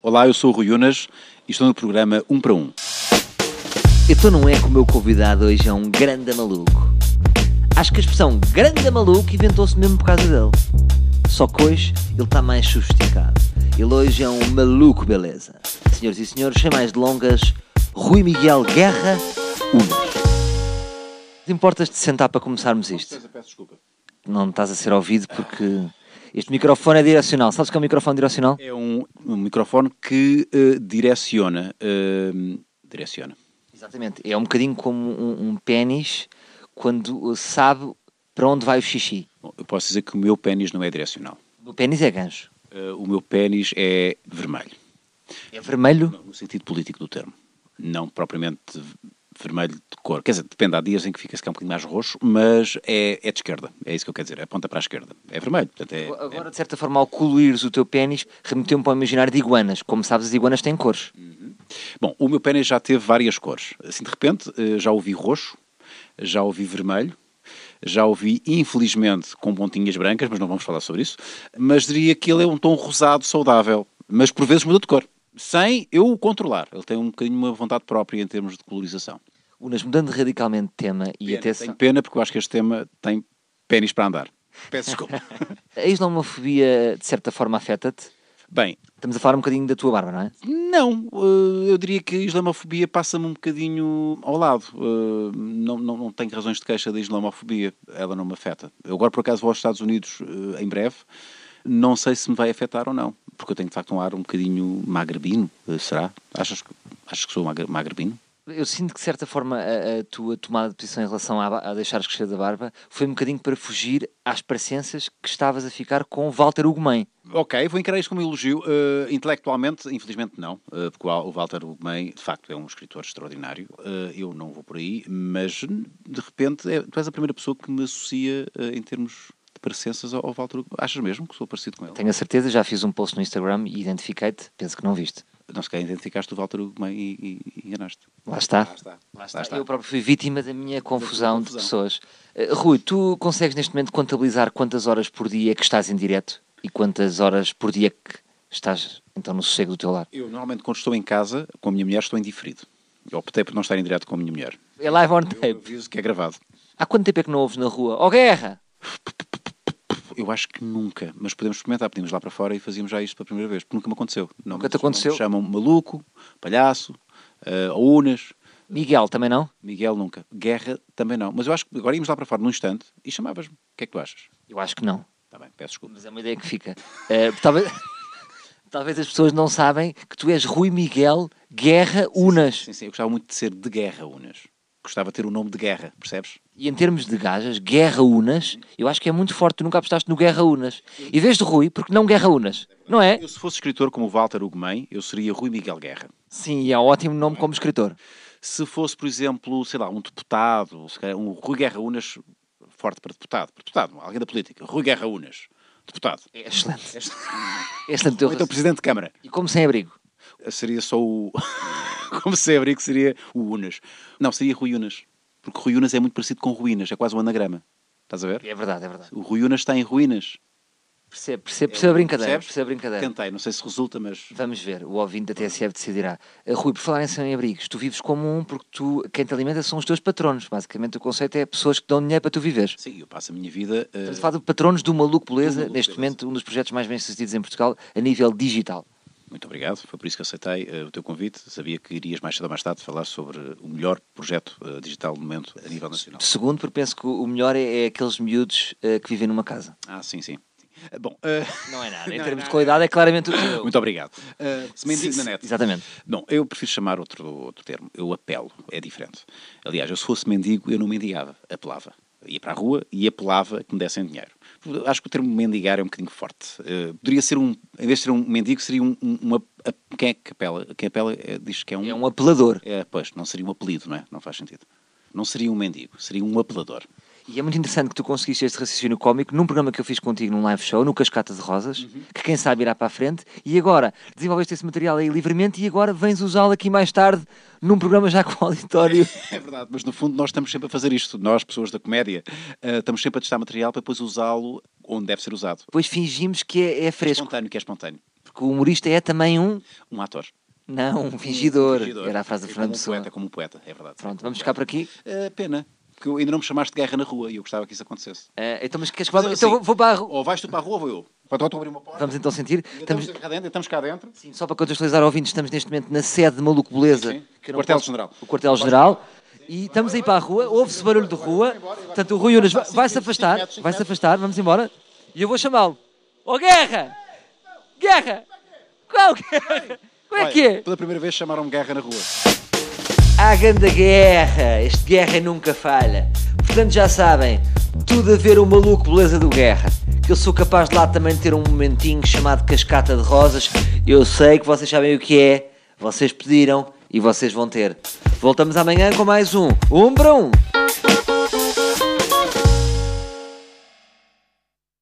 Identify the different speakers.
Speaker 1: Olá, eu sou o Rui Unas e estou no programa 1 para 1.
Speaker 2: Então não é que o meu convidado hoje é um grande maluco. Acho que a expressão grande maluco inventou-se mesmo por causa dele. Só que hoje ele está mais sofisticado. Ele hoje é um maluco beleza. Senhoras e senhores, sem mais delongas, Rui Miguel Guerra Unas. Importas de sentar para começarmos isto?
Speaker 1: Peço desculpa.
Speaker 2: Não estás a ser ouvido porque este microfone é direcional. Sabes o que é um microfone direcional?
Speaker 1: É um, um microfone que eh, direciona. eh, direciona.
Speaker 2: Exatamente. É um bocadinho como um, um pênis quando sabe para onde vai o xixi.
Speaker 1: Bom, eu posso dizer que o meu pênis não é direcional.
Speaker 2: O pênis é gancho.
Speaker 1: Eh, o meu pênis é vermelho,
Speaker 2: É vermelho.
Speaker 1: no sentido político do termo. Não propriamente v- vermelho de cor. Quer dizer, depende, há dias em que fica se cá um bocadinho mais roxo, mas é, é de esquerda. É isso que eu quero dizer. Aponta para a esquerda. É vermelho. Portanto, é,
Speaker 2: Agora, de certa forma, ao coloires o teu pênis, remeteu-me para o imaginar de iguanas. Como sabes, as iguanas têm cores.
Speaker 1: Bom, o meu pênis já teve várias cores. Assim, de repente, eh, já ouvi roxo, já ouvi vermelho, já ouvi, infelizmente, com pontinhas brancas, mas não vamos falar sobre isso. Mas diria que ele é um tom rosado saudável, mas por vezes muda de cor, sem eu o controlar. Ele tem um bocadinho uma vontade própria em termos de colorização.
Speaker 2: Unas mudando radicalmente de tema e
Speaker 1: Pena,
Speaker 2: até
Speaker 1: Tenho pena, porque eu acho que este tema tem pênis para andar. Peço desculpa.
Speaker 2: A islamofobia, de certa forma, afeta-te.
Speaker 1: Bem,
Speaker 2: Estamos a falar um bocadinho da tua barba, não é?
Speaker 1: Não, eh, eu diria que a islamofobia passa-me um bocadinho ao lado. Eh, Não, não, não tenho razões de queixa da islamofobia, ela não me afeta. Eu agora, por acaso, vou aos Estados Unidos eh, em breve, não sei se me vai afetar ou não, porque eu tenho de facto um ar um bocadinho magrebino, eh, será? Achas que, achas que sou magre- magrebino?
Speaker 2: Eu sinto que, de certa forma, a, a tua tomada de posição em relação à ba- a deixares crescer da barba foi um bocadinho para fugir às parecenças que estavas a ficar com Walter Ugumem.
Speaker 1: Ok, vou encarar isto como elogio. Eh, intelectualmente, infelizmente não, eh, porque o Al- o Walter Ugumem, de facto, é um escritor extraordinário. Eh, eu não vou por aí, mas de repente é- tu és a primeira pessoa que me associa eh, em termos de parecenças ao, ao Walter Ugumem. Achas mesmo que sou parecido com ele?
Speaker 2: Tenho a certeza, já fiz um post no Instagram e identifiquei-te. Penso que não viste.
Speaker 1: Não se calhar identificaste o Walter Ugumem e, e- e enganaste.
Speaker 2: Lá está.
Speaker 1: está.
Speaker 2: Lá está. Ah, Eu próprio fui vítima da minha confusão de
Speaker 1: confusão.
Speaker 2: pessoas. Eh, Rui, tu consegues neste momento contabilizar quantas horas por dia que estás em direto e quantas horas por dia que estás então no sossego do teu lar?
Speaker 1: Eu normalmente, quando estou em casa com a minha mulher, estou indiferido. Eu optei por não estar em direto com a minha mulher.
Speaker 2: É live on
Speaker 1: Eu
Speaker 2: tape.
Speaker 1: aviso que é gravado.
Speaker 2: Há quanto tempo é que não ouves na rua? Ó guerra!
Speaker 1: Eu acho que nunca, mas podemos experimentar. Pedimos lá para fora e fazíamos já isto pela primeira vez, porque nunca me aconteceu. Não
Speaker 2: Nunca
Speaker 1: me
Speaker 2: te aconteceu?
Speaker 1: Chamam me maluco, palhaço, eh, ou unas,
Speaker 2: Miguel, também não?
Speaker 1: Miguel nunca, guerra também não. Mas eu acho que agora íamos lá para fora num instante e chamavas-me. O que é que tu achas?
Speaker 2: Eu acho que não.
Speaker 1: Está bem, peço desculpa.
Speaker 2: Mas é uma ideia que fica. Eh, talvez, talvez as pessoas não sabem que tu és Rui Miguel Guerra Unas.
Speaker 1: Sim, sim, eu gostava muito de ser de guerra, unas. Gostava de ter o nome de guerra, percebes?
Speaker 2: E em termos de gajas, Guerra Unas, eu acho que é muito forte. Tu nunca apostaste no Guerra Unas. E vez de Rui, porque não Guerra Unas? Não é?
Speaker 1: Eu, se fosse escritor como o Walter Ugumem, eu seria Rui Miguel Guerra.
Speaker 2: Sim, e é um ótimo nome como escritor.
Speaker 1: Se fosse, por exemplo, sei lá, um deputado, se calhar um Rui Guerra Unas, forte para deputado, para deputado, alguém da política, Rui Guerra Unas, deputado.
Speaker 2: É excelente.
Speaker 1: Este-
Speaker 2: É excelente o teu
Speaker 1: Ou então
Speaker 2: raciocínio.
Speaker 1: presidente de Câmara.
Speaker 2: E como sem abrigo.
Speaker 1: Seria só o. Como se abrir que seria o Unas. Não, seria Rui Unas. Porque Rui Unas é muito parecido com Ruínas, é quase um anagrama. Estás a ver?
Speaker 2: É verdade, é verdade. É,
Speaker 1: O Rui Unas está em ruínas.
Speaker 2: Percebe, percebe, percebe a brincadeira.
Speaker 1: Percebes?
Speaker 2: Percebe a brincadeira.
Speaker 1: Tentei, não sei se resulta, mas.
Speaker 2: Vamos ver, o ouvinte da TSF decidirá. Eh, Rui, por falar em sem-abrigos, tu vives como um porque tu, quem te alimenta são os teus patronos. Basicamente o conceito é pessoas que te dão dinheiro para tu viveres.
Speaker 1: Sim, eu passo a minha vida. eh,
Speaker 2: Estamos a falar de patronos Eh, do Maluco Beleza,
Speaker 1: Maluco
Speaker 2: neste
Speaker 1: Beleza.
Speaker 2: momento um dos projetos mais bem sucedidos em Portugal a nível digital.
Speaker 1: Muito obrigado, foi por isso que aceitei eh, o teu convite. Sabia que irias mais cedo ou mais tarde falar sobre o melhor projeto eh, digital do momento a nível nacional.
Speaker 2: Segundo, porque penso que o melhor é, é aqueles miúdos eh, que vivem numa casa.
Speaker 1: Ah, sim, sim. Eh, Bom, eh,
Speaker 2: Não é nada.
Speaker 1: Não
Speaker 2: Em
Speaker 1: é
Speaker 2: termos de
Speaker 1: nada.
Speaker 2: qualidade, é claramente o teu.
Speaker 1: muito obrigado. Eh, se me
Speaker 2: Sim,
Speaker 1: indigo na
Speaker 2: sim,
Speaker 1: net.
Speaker 2: Exatamente.
Speaker 1: Não, eu prefiro chamar outro, outro termo. Eu apelo, é diferente. Aliás, eu se fosse mendigo, eu não mendigava, apelava. Ia para a rua e apelava que me dessem dinheiro. Acho que o termo mendigar é um bocadinho forte. Eh, poderia ser um, em vez de ser um mendigo, seria um, um- uma. a- quem é que apela? Quem apela eh, diz que é um.
Speaker 2: É um apelador.
Speaker 1: É, pois, não seria um apelido, não é? Não faz sentido. Não seria um mendigo, seria um apelador.
Speaker 2: E é muito interessante que tu conseguiste este raciocínio cómico num programa que eu fiz contigo num live show, no Cascata de Rosas,
Speaker 1: Uhum.
Speaker 2: que quem sabe irá para a frente. E agora desenvolveste esse material aí livremente e agora vens usá-lo aqui mais tarde num programa já com auditório.
Speaker 1: É verdade, mas no fundo nós estamos sempre a fazer isto. Nós, pessoas da comédia, eh, estamos sempre a testar material para depois usá-lo onde deve ser usado.
Speaker 2: Depois fingimos que é, é fresco.
Speaker 1: Espontâneo, que é espontâneo.
Speaker 2: Porque que o humorista é também um.
Speaker 1: Um ator.
Speaker 2: Não, um fingidor.
Speaker 1: Fingidor.
Speaker 2: Era a frase
Speaker 1: É
Speaker 2: do Fernando
Speaker 1: como um
Speaker 2: Pessoa.
Speaker 1: poeta, como um poeta, é verdade.
Speaker 2: Pronto, vamos ficar por aqui.
Speaker 1: É, pena, porque eu ainda não me chamaste de guerra na rua e eu gostava que isso acontecesse.
Speaker 2: Eh, então, mas queres que vá-
Speaker 1: Mas,
Speaker 2: Então
Speaker 1: assim,
Speaker 2: vou- vou para a rua.
Speaker 1: Ou vais tu para a rua ou vou eu. Enquanto eu estou a abrir uma porta.
Speaker 2: Vamos então sentir.
Speaker 1: ainda
Speaker 2: Estamos-
Speaker 1: estamos, cá dentro, ainda estamos cá dentro.
Speaker 2: Sim, só para contextualizar ouvintes, estamos neste momento na sede de Maluco Beleza.
Speaker 1: Sim, sim.
Speaker 2: que eu não
Speaker 1: Quartel-General.
Speaker 2: O quartel-general. E estamos aí para a rua, ouve-se barulho de rua. Portanto, o Rui Unas vai- vai-se afastar, vai-se afastar, vamos embora. E eu vou chamá-lo. Ó Guerra! Guerra! Qual guerra? Como é que
Speaker 1: Olha,
Speaker 2: é?
Speaker 1: Pela primeira vez chamaram-me guerra na rua.
Speaker 2: Há grande guerra, este guerra nunca falha. Portanto, já sabem, tudo a ver o maluco beleza do guerra. Que eu sou capaz de lá também ter um momentinho chamado cascata de rosas. Eu sei que vocês sabem o que é, vocês pediram e vocês vão ter. Voltamos amanhã com mais um. Um para um!